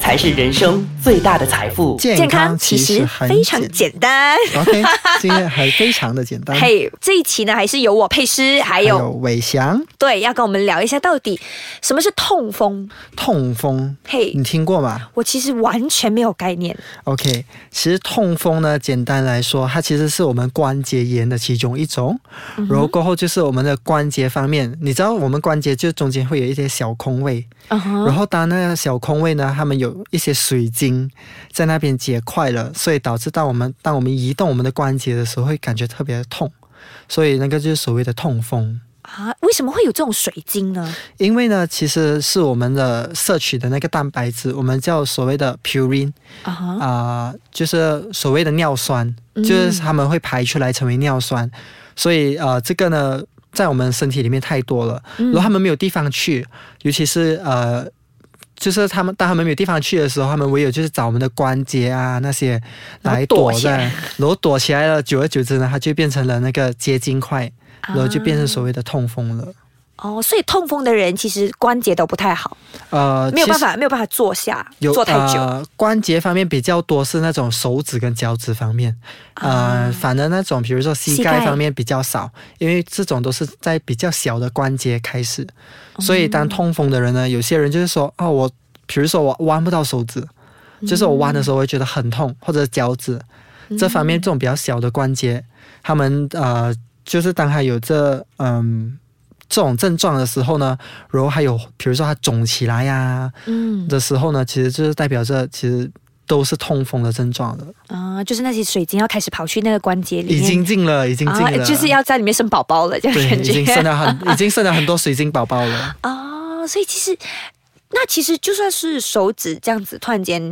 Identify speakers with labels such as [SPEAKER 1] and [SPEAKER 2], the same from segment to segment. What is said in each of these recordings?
[SPEAKER 1] 才是人生最大的财富。
[SPEAKER 2] 健康其实
[SPEAKER 3] 很
[SPEAKER 2] 非常简单。
[SPEAKER 3] OK，今 天还非常的简单。
[SPEAKER 2] 嘿哎这一期呢还是由我佩诗，还
[SPEAKER 3] 还
[SPEAKER 2] 有
[SPEAKER 3] 有伟翔
[SPEAKER 2] 对要跟我们聊一下到底什么是痛风。
[SPEAKER 3] 痛风，
[SPEAKER 2] 嘿、
[SPEAKER 3] 你听过吗
[SPEAKER 2] 我其实完全没有概念。
[SPEAKER 3] ？OK，其实痛风呢，简单来说，它其实是我们关节炎的其中一种。
[SPEAKER 2] 嗯
[SPEAKER 3] 然后过后就是我们的关节方面，你知道我们关节就中间会有一些小空位，
[SPEAKER 2] 嗯哼，
[SPEAKER 3] 然后当那个小空位呢，他们有一些水晶在那边结块了，所以导致到我们当我们移动我们的关节的时候，会感觉特别的痛，所以那个就是所谓的痛风。
[SPEAKER 2] 啊，为什么会有这种水晶呢？
[SPEAKER 3] 因为呢，其实是我们的摄取的那个蛋白质，我们叫所谓的 purine
[SPEAKER 2] 啊哈，
[SPEAKER 3] 啊、就是所谓的尿酸，
[SPEAKER 2] 嗯
[SPEAKER 3] 就是他们会排出来成为尿酸，所以呃，这个呢，在我们身体里面太多了，
[SPEAKER 2] 嗯
[SPEAKER 3] 然后他们没有地方去，尤其是呃。就是他们，当他们没有地方去的时候，他们唯有就是找我们的关节啊那些
[SPEAKER 2] 然后
[SPEAKER 3] 来
[SPEAKER 2] 躲
[SPEAKER 3] 躲
[SPEAKER 2] 起来
[SPEAKER 3] 在，然后躲起来了，久而久之呢，它就变成了那个结晶块，
[SPEAKER 2] 啊
[SPEAKER 3] 然后就变成所谓的痛风了。
[SPEAKER 2] 哦，所以痛风的人其实关节都不太好，
[SPEAKER 3] 呃，
[SPEAKER 2] 没有
[SPEAKER 3] 其
[SPEAKER 2] 办
[SPEAKER 3] 实
[SPEAKER 2] 法，没有办法坐下，
[SPEAKER 3] 有
[SPEAKER 2] 坐太久。
[SPEAKER 3] 呃、关节方面比较多是那种手指跟脚趾方面，呃，
[SPEAKER 2] 啊
[SPEAKER 3] 反而那种比如说膝
[SPEAKER 2] 膝盖
[SPEAKER 3] 盖方面比较少，因为这种都是在比较小的关节开始，
[SPEAKER 2] 哦
[SPEAKER 3] 所以当痛风的人呢，有些人就是说，哦，我比如说我弯不到手指，
[SPEAKER 2] 嗯
[SPEAKER 3] 就是我弯的时候会觉得很痛，或者脚趾这方面这种比较小的关节，他们呃，就是当他有这嗯。这种症状的时候呢，然后还有比如说它肿起来呀、
[SPEAKER 2] 嗯
[SPEAKER 3] 的时候呢，其实就是代表着其实都是痛风的症状了，
[SPEAKER 2] 啊、就是那些水晶要开始跑去那个关节里面，
[SPEAKER 3] 已经进了，已经进
[SPEAKER 2] 啊
[SPEAKER 3] 了，，
[SPEAKER 2] 就是要在里面生宝宝了，这样
[SPEAKER 3] 对，
[SPEAKER 2] 感
[SPEAKER 3] 已
[SPEAKER 2] 觉。
[SPEAKER 3] 经生了很， 已经生了很多水晶宝宝了。
[SPEAKER 2] 啊、所以其实那其实就算是手指这样子突然间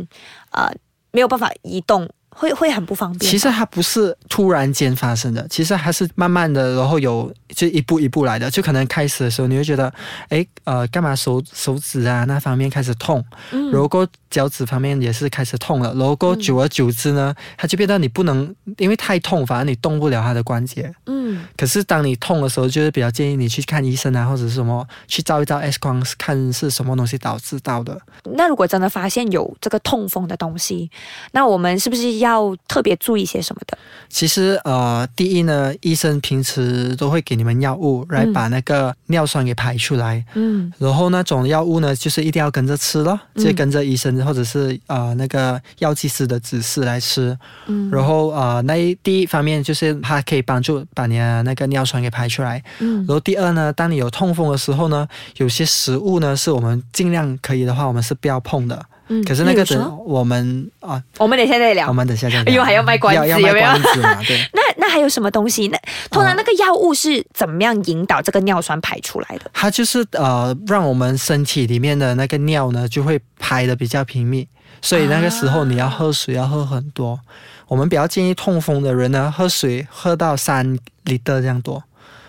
[SPEAKER 2] 呃没有办法移动，会会很不方便吧。
[SPEAKER 3] 其实它不是突然间发生的，其实还是慢慢的，然后有就一步一步来的。就可能开始的时候，你会觉得，哎，呃，干嘛手手指啊那方面开始痛，
[SPEAKER 2] 嗯
[SPEAKER 3] 然后过后脚趾方面也是开始痛了，然后过后久而久之呢，它就变到你不能，因为太痛，反而你动不了它的关节。
[SPEAKER 2] 嗯
[SPEAKER 3] 可是当你痛的时候，就是比较建议你去看医生啊，或者是什么去照一照 X 光，看是什么东西导致到的。
[SPEAKER 2] 那如果真的发现有这个痛风的东西，那我们是不是要特别注意些什么的？
[SPEAKER 3] 其实呃，第一呢，医生平时都会给你们药物来
[SPEAKER 2] 嗯
[SPEAKER 3] 把那个尿酸给排出来。
[SPEAKER 2] 嗯
[SPEAKER 3] 然后那种药物呢，就是一定要跟着吃咯，
[SPEAKER 2] 嗯
[SPEAKER 3] 就跟着医生或者是呃那个药剂师的指示来吃。
[SPEAKER 2] 嗯
[SPEAKER 3] 然后呃，那一第一方面就是它可以帮助把你的那个尿酸给排出来。
[SPEAKER 2] 嗯
[SPEAKER 3] 然后第二呢，当你有痛风的时候呢，有些食物呢是我们尽量可以的话，我们是不要碰的。
[SPEAKER 2] 嗯
[SPEAKER 3] 可是那个
[SPEAKER 2] 例如说
[SPEAKER 3] 等我们啊，
[SPEAKER 2] 我们等一下再聊
[SPEAKER 3] 我。们等下再
[SPEAKER 2] 哎呦
[SPEAKER 3] 聊。
[SPEAKER 2] 还要卖关子
[SPEAKER 3] 要要
[SPEAKER 2] 有
[SPEAKER 3] 卖
[SPEAKER 2] 没有
[SPEAKER 3] 关子嘛？ 对，
[SPEAKER 2] 那那还有什么东西？那通常
[SPEAKER 3] 哦
[SPEAKER 2] 那个药物是怎么样引导这个尿酸排出来的？
[SPEAKER 3] 它就是呃，让我们身体里面的那个尿呢就会排的比较平密，所以那个时候你要喝水要喝很多。我们比较建议痛风的人呢，喝水喝到三 l 的这样多，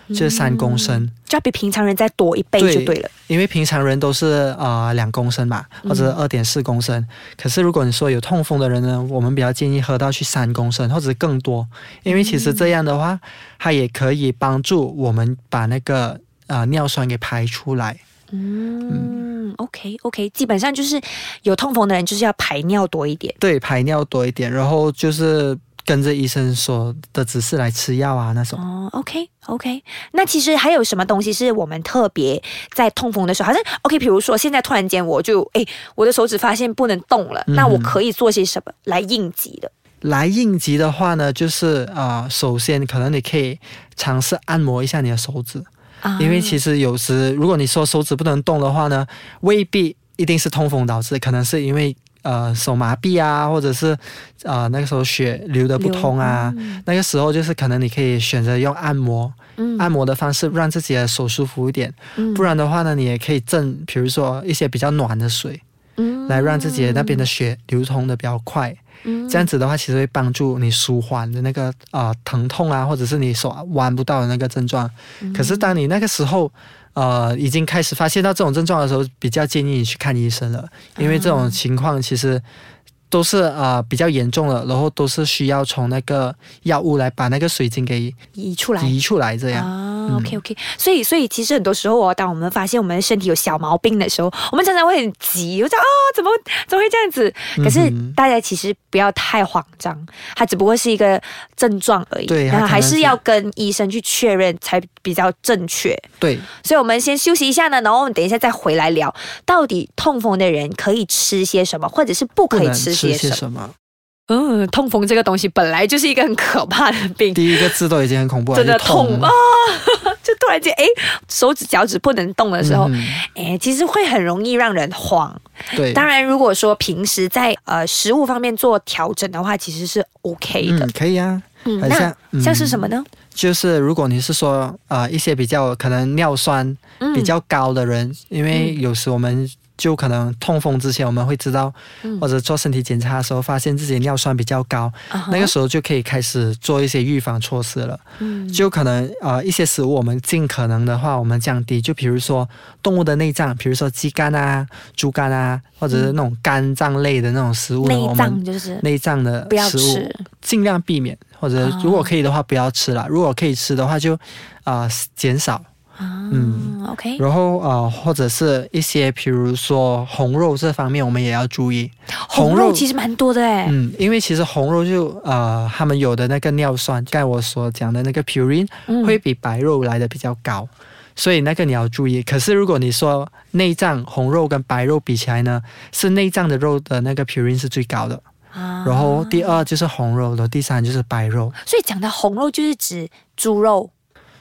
[SPEAKER 2] 嗯
[SPEAKER 3] 就是三公升。
[SPEAKER 2] 就要比平常人再多一倍
[SPEAKER 3] 对
[SPEAKER 2] 就对了。
[SPEAKER 3] 因为平常人都是啊两、公升嘛，或者二点四公升。可是如果你说有痛风的人呢，我们比较建议喝到去三公升或者更多，因为其实这样的话，它也可以帮助我们把那个啊、呃尿酸给排出来。
[SPEAKER 2] 嗯，OK OK，基本上就是有痛风的人就是要排尿多一点。
[SPEAKER 3] 对，排尿多一点，然后就是跟着医生所的指示来吃药啊那种。
[SPEAKER 2] 哦，OK OK，那其实还有什么东西是我们特别在痛风的时候，好像 OK，比如说现在突然间我就哎，我的手指发现不能动了，那我可以做些什么来应急的？
[SPEAKER 3] 来应急的话呢，就是啊、呃首先可能你可以尝试按摩一下你的手指。
[SPEAKER 2] 啊
[SPEAKER 3] 因为其实有时如果你说手指不能动的话呢，未必一定是痛风导致，可能是因为呃手麻痹啊，或者是呃那个时候血流的不通啊，那个时候就是可能你可以选择用按摩，
[SPEAKER 2] 嗯
[SPEAKER 3] 按摩的方式让自己的手舒服一点，
[SPEAKER 2] 嗯
[SPEAKER 3] 不然的话呢，你也可以蒸，比如说一些比较暖的水。
[SPEAKER 2] 嗯
[SPEAKER 3] 来让自己那边的血流通的比较快，这样子的话，其实会帮助你舒缓的那个啊、呃疼痛啊，或者是你手弯不到的那个症状。
[SPEAKER 2] 嗯
[SPEAKER 3] 可是当你那个时候，呃，已经开始发现到这种症状的时候，比较建议你去看医生了，因为这种情况其实。都是呃比较严重了，然后都是需要从那个药物来把那个水晶给
[SPEAKER 2] 移出来。
[SPEAKER 3] 移出来这样。嗯
[SPEAKER 2] 啊，OK OK，所以所以其实很多时候哦，当我们发现我们身体有小毛病的时候，我们常常会很急，我讲啊、怎么怎么会这样子？可是
[SPEAKER 3] 嗯哼
[SPEAKER 2] 大家其实不要太慌张，它只不过是一个症状而已，
[SPEAKER 3] 对
[SPEAKER 2] 然后
[SPEAKER 3] 它可能
[SPEAKER 2] 还是
[SPEAKER 3] 是
[SPEAKER 2] 要跟医生去确认才比较正确。
[SPEAKER 3] 对，
[SPEAKER 2] 所以我们先休息一下呢，然后我们等一下再回来聊，到底痛风的人可以吃些什么，或者是不
[SPEAKER 3] 不
[SPEAKER 2] 可以
[SPEAKER 3] 能
[SPEAKER 2] 吃
[SPEAKER 3] 吃
[SPEAKER 2] 些什
[SPEAKER 3] 些
[SPEAKER 2] 么？
[SPEAKER 3] 什么？
[SPEAKER 2] 嗯，痛风这个东西本来就是一个很可怕的病，
[SPEAKER 3] 第一个字都已经很恐怖了，
[SPEAKER 2] 真的
[SPEAKER 3] 还是痛
[SPEAKER 2] 痛啊！就突然间，哎，手指脚趾不能动的时候，
[SPEAKER 3] 嗯
[SPEAKER 2] 哎、其实会很容易让人慌。
[SPEAKER 3] 对，
[SPEAKER 2] 当然，如果说平时在呃食物方面做调整的话，其实是 OK 的。
[SPEAKER 3] 嗯，可以啊。
[SPEAKER 2] 嗯，
[SPEAKER 3] 很
[SPEAKER 2] 那
[SPEAKER 3] 像嗯
[SPEAKER 2] 像是什么呢？
[SPEAKER 3] 就是如果你是说呃一些比较可能尿酸
[SPEAKER 2] 嗯
[SPEAKER 3] 比较高的人，因为有时我们就可能痛风之前我们会知道，
[SPEAKER 2] 嗯
[SPEAKER 3] 或者做身体检查的时候发现自己尿酸比较高，
[SPEAKER 2] 哦
[SPEAKER 3] 那个时候就可以开始做一些预防措施了。
[SPEAKER 2] 嗯
[SPEAKER 3] 就可能呃一些食物我们尽可能的话我们降低，就比如说动物的内脏，比如说鸡肝啊、猪肝啊，或者是那种肝脏类的那种食物呢，我
[SPEAKER 2] 嗯内
[SPEAKER 3] 们
[SPEAKER 2] 脏就是
[SPEAKER 3] 内脏的
[SPEAKER 2] 不要
[SPEAKER 3] 食物
[SPEAKER 2] 吃。
[SPEAKER 3] 尽量避免，或者
[SPEAKER 2] 哦
[SPEAKER 3] 如果可以的话不要吃啦。如果可以吃的话就啊、呃减少，
[SPEAKER 2] 啊。
[SPEAKER 3] 嗯
[SPEAKER 2] OK，
[SPEAKER 3] 然后呃或者是一些比如说红肉这方面我们也要注意。
[SPEAKER 2] 红
[SPEAKER 3] 红
[SPEAKER 2] 肉
[SPEAKER 3] 肉
[SPEAKER 2] 其实蛮多的哎、
[SPEAKER 3] 嗯，因为其实红肉就呃他们有的那个尿酸，刚才我所讲的那个 purine
[SPEAKER 2] 嗯
[SPEAKER 3] 会比白肉来的比较高。所以那个你要注意，可是如果你说内脏红肉跟白肉比起来呢，是内脏的肉的那个 purine 是最高的，
[SPEAKER 2] 啊
[SPEAKER 3] 然后第二就是红肉，然后第三就是白肉，
[SPEAKER 2] 所以讲的红肉就是指猪肉、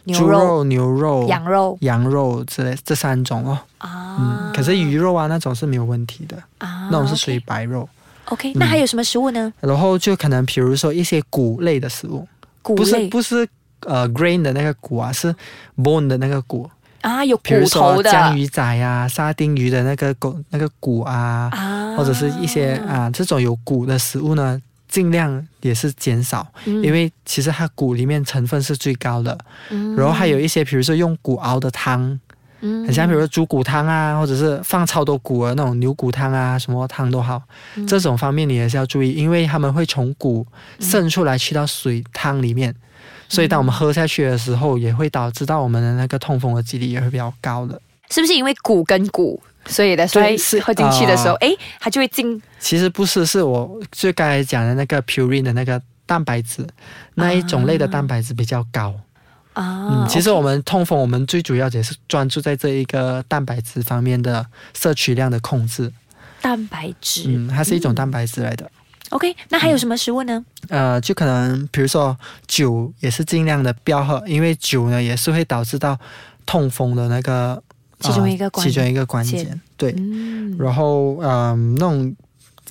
[SPEAKER 2] 牛
[SPEAKER 3] 猪
[SPEAKER 2] 肉、
[SPEAKER 3] 肉、牛肉、
[SPEAKER 2] 羊肉
[SPEAKER 3] 羊肉之类这三种哦。
[SPEAKER 2] 啊
[SPEAKER 3] 嗯，。可是鱼肉啊那种是没有问题的，
[SPEAKER 2] 啊，
[SPEAKER 3] 那种是属于嗯白肉。
[SPEAKER 2] OK，, 那还有什么食物呢？
[SPEAKER 3] 然后就可能比如说一些骨类的食物，
[SPEAKER 2] 骨
[SPEAKER 3] 不是
[SPEAKER 2] 类
[SPEAKER 3] 不是呃 grain 的那个骨啊，是 bone 的那个骨，
[SPEAKER 2] 啊，有骨
[SPEAKER 3] 比如说
[SPEAKER 2] 头的
[SPEAKER 3] 江鱼仔啊、沙丁鱼的那个骨那个骨啊，
[SPEAKER 2] 啊，
[SPEAKER 3] 或者是一些啊这种有骨的食物呢。尽量也是减少，
[SPEAKER 2] 嗯，
[SPEAKER 3] 因为其实它骨里面成分是最高的。
[SPEAKER 2] 嗯
[SPEAKER 3] 然后还有一些，比如说用骨熬的汤，
[SPEAKER 2] 嗯
[SPEAKER 3] 很像比如说猪骨汤啊，或者是放超多骨的那种牛骨汤啊，什么汤都好，这种方面你也是要注意，因为他们会从骨渗出来去到水汤里面，所以当我们喝下去的时候，也会导致到我们的那个痛风的几率也会比较高的。
[SPEAKER 2] 是不是因为骨跟骨，所以的所以
[SPEAKER 3] 对是啊
[SPEAKER 2] 喝进去的时候，诶，它就会进
[SPEAKER 3] 其实不是，是我就刚才讲的那个 purine 的那个蛋白质那一种类的蛋白质比较高。
[SPEAKER 2] 啊哦
[SPEAKER 3] 嗯，。其实我们痛风，我们最主要也是专注在这一个蛋白质方面的摄取量的控制。
[SPEAKER 2] 蛋白质、
[SPEAKER 3] 嗯，它是一种蛋白质来的。
[SPEAKER 2] o k 那还有什么食物呢？
[SPEAKER 3] 呃，就可能比如说酒也是尽量的不要喝，因为酒呢也是会导致到痛风的那个
[SPEAKER 2] 其中一个
[SPEAKER 3] 呃
[SPEAKER 2] 关
[SPEAKER 3] 其中一个关
[SPEAKER 2] 键
[SPEAKER 3] 键。对，
[SPEAKER 2] 嗯，
[SPEAKER 3] 然后嗯、呃那种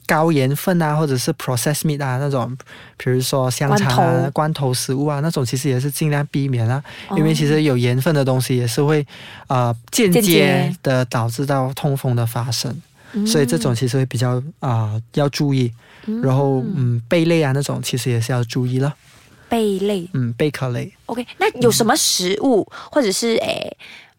[SPEAKER 3] 高盐分啊，或者是 processed meat 啊那种，比如说香肠啊、
[SPEAKER 2] 罐
[SPEAKER 3] 罐
[SPEAKER 2] 头哦
[SPEAKER 3] 头食物啊那种，其实也是尽量避免啊，因为其实有盐分的东西也是会呃间
[SPEAKER 2] 间
[SPEAKER 3] 接
[SPEAKER 2] 接
[SPEAKER 3] 的导致到痛风的发生。
[SPEAKER 2] 嗯
[SPEAKER 3] 所以这种其实会比较啊、要注意，然后嗯贝类啊那种其实也是要注意了，
[SPEAKER 2] 贝类
[SPEAKER 3] 嗯贝壳类，
[SPEAKER 2] ，OK，那有什么食物、或者是诶，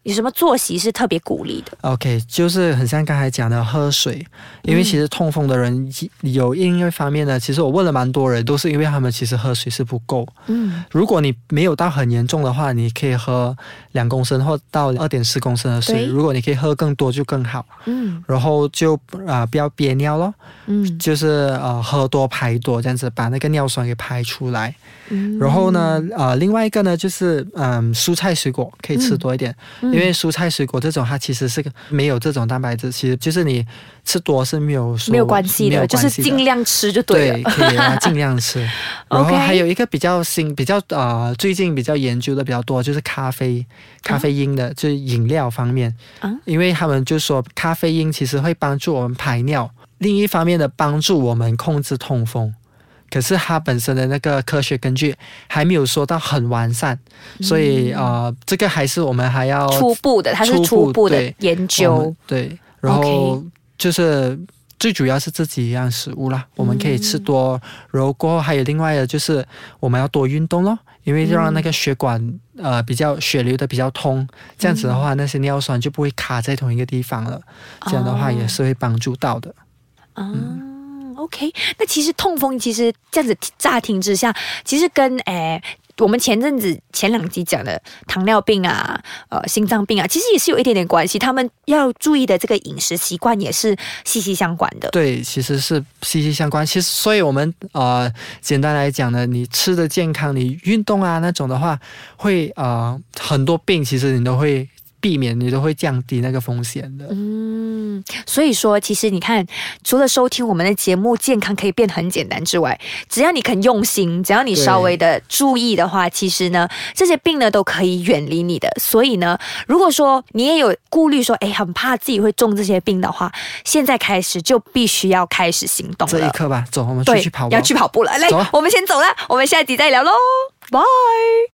[SPEAKER 2] 有什么作息是特别鼓励的？
[SPEAKER 3] OK，就是很像刚才讲的喝水，因为其实痛风的人有因为方面呢，其实我问了蛮多人，都是因为他们其实喝水是不够。
[SPEAKER 2] 嗯，
[SPEAKER 3] 如果你没有到很严重的话，你可以喝两公升或到二点四公升的水，
[SPEAKER 2] 对
[SPEAKER 3] 如果你可以喝更多就更好。
[SPEAKER 2] 嗯
[SPEAKER 3] 然后就啊、呃不要憋尿咯，
[SPEAKER 2] 嗯
[SPEAKER 3] 就是呃喝多排多这样子，把那个尿酸给排出来。
[SPEAKER 2] 嗯
[SPEAKER 3] 然后呢，呃，另外一个呢，就是嗯、蔬菜水果可以吃多一点，
[SPEAKER 2] 嗯
[SPEAKER 3] 因为蔬菜水果这种它其实是个没有这种蛋白质，其实就是你吃多是没有说
[SPEAKER 2] 没有关系
[SPEAKER 3] 没
[SPEAKER 2] 的，
[SPEAKER 3] 有
[SPEAKER 2] 就
[SPEAKER 3] 关
[SPEAKER 2] 是
[SPEAKER 3] 系的
[SPEAKER 2] 尽量吃就对了。
[SPEAKER 3] 对，可以 啊，尽量吃。然后
[SPEAKER 2] OK
[SPEAKER 3] 还有一个比较新、比较呃，最近比较研究的比较多，就是咖啡、咖啡因的，就是饮料方面。
[SPEAKER 2] 啊
[SPEAKER 3] 因为他们就说咖啡因其实会帮助我们排尿，另一方面的帮助我们控制痛风。可是它本身的那个科学根据还没有说到很完善，所以
[SPEAKER 2] 嗯
[SPEAKER 3] 呃，这个还是我们还要
[SPEAKER 2] 初步的，它是
[SPEAKER 3] 哦初步
[SPEAKER 2] 初步的
[SPEAKER 3] 对
[SPEAKER 2] 研
[SPEAKER 3] 我
[SPEAKER 2] 究
[SPEAKER 3] 们。对，然后
[SPEAKER 2] OK
[SPEAKER 3] 就是最主要是这几样食物
[SPEAKER 2] 嗯
[SPEAKER 3] 啦，我们可以吃多，然后过后还有另外的就是我们要多运动咯，因为让那个血管、呃比较血流的比较通，这样子的话、
[SPEAKER 2] 嗯
[SPEAKER 3] 那些尿酸就不会卡在同一个地方了，这样的话
[SPEAKER 2] 哦
[SPEAKER 3] 也是会帮助到的。
[SPEAKER 2] 啊、 OK，那其实痛风其实这样子乍听之下，其实跟诶。我们前阵子前两集讲的糖尿病啊，呃，心脏病啊，其实也是有一点点关系。他们要注意的这个饮食习惯也是息息相关的。
[SPEAKER 3] 对，其实是息息相关。其实，所以我们呃，简单来讲呢，你吃的健康，你运动啊那种的话，会呃很多病，其实你都会避免，你都会降低那个风险的。
[SPEAKER 2] 嗯，所以说，其实你看，除了收听我们的节目，健康可以变很简单之外，只要你肯用心，只要你稍微的注意的话，其实呢，这些病呢都可以远离你的。所以呢，如果说你也有顾虑说，哎，很怕自己会中这些病的话，现在开始就必须要开始行动
[SPEAKER 3] 这一
[SPEAKER 2] 了。
[SPEAKER 3] 刻吧，走，我们出
[SPEAKER 2] 对
[SPEAKER 3] 去跑，吧。
[SPEAKER 2] 要去跑步了。来
[SPEAKER 3] 走啊，
[SPEAKER 2] 我们先走了，我们下集再聊喽，拜。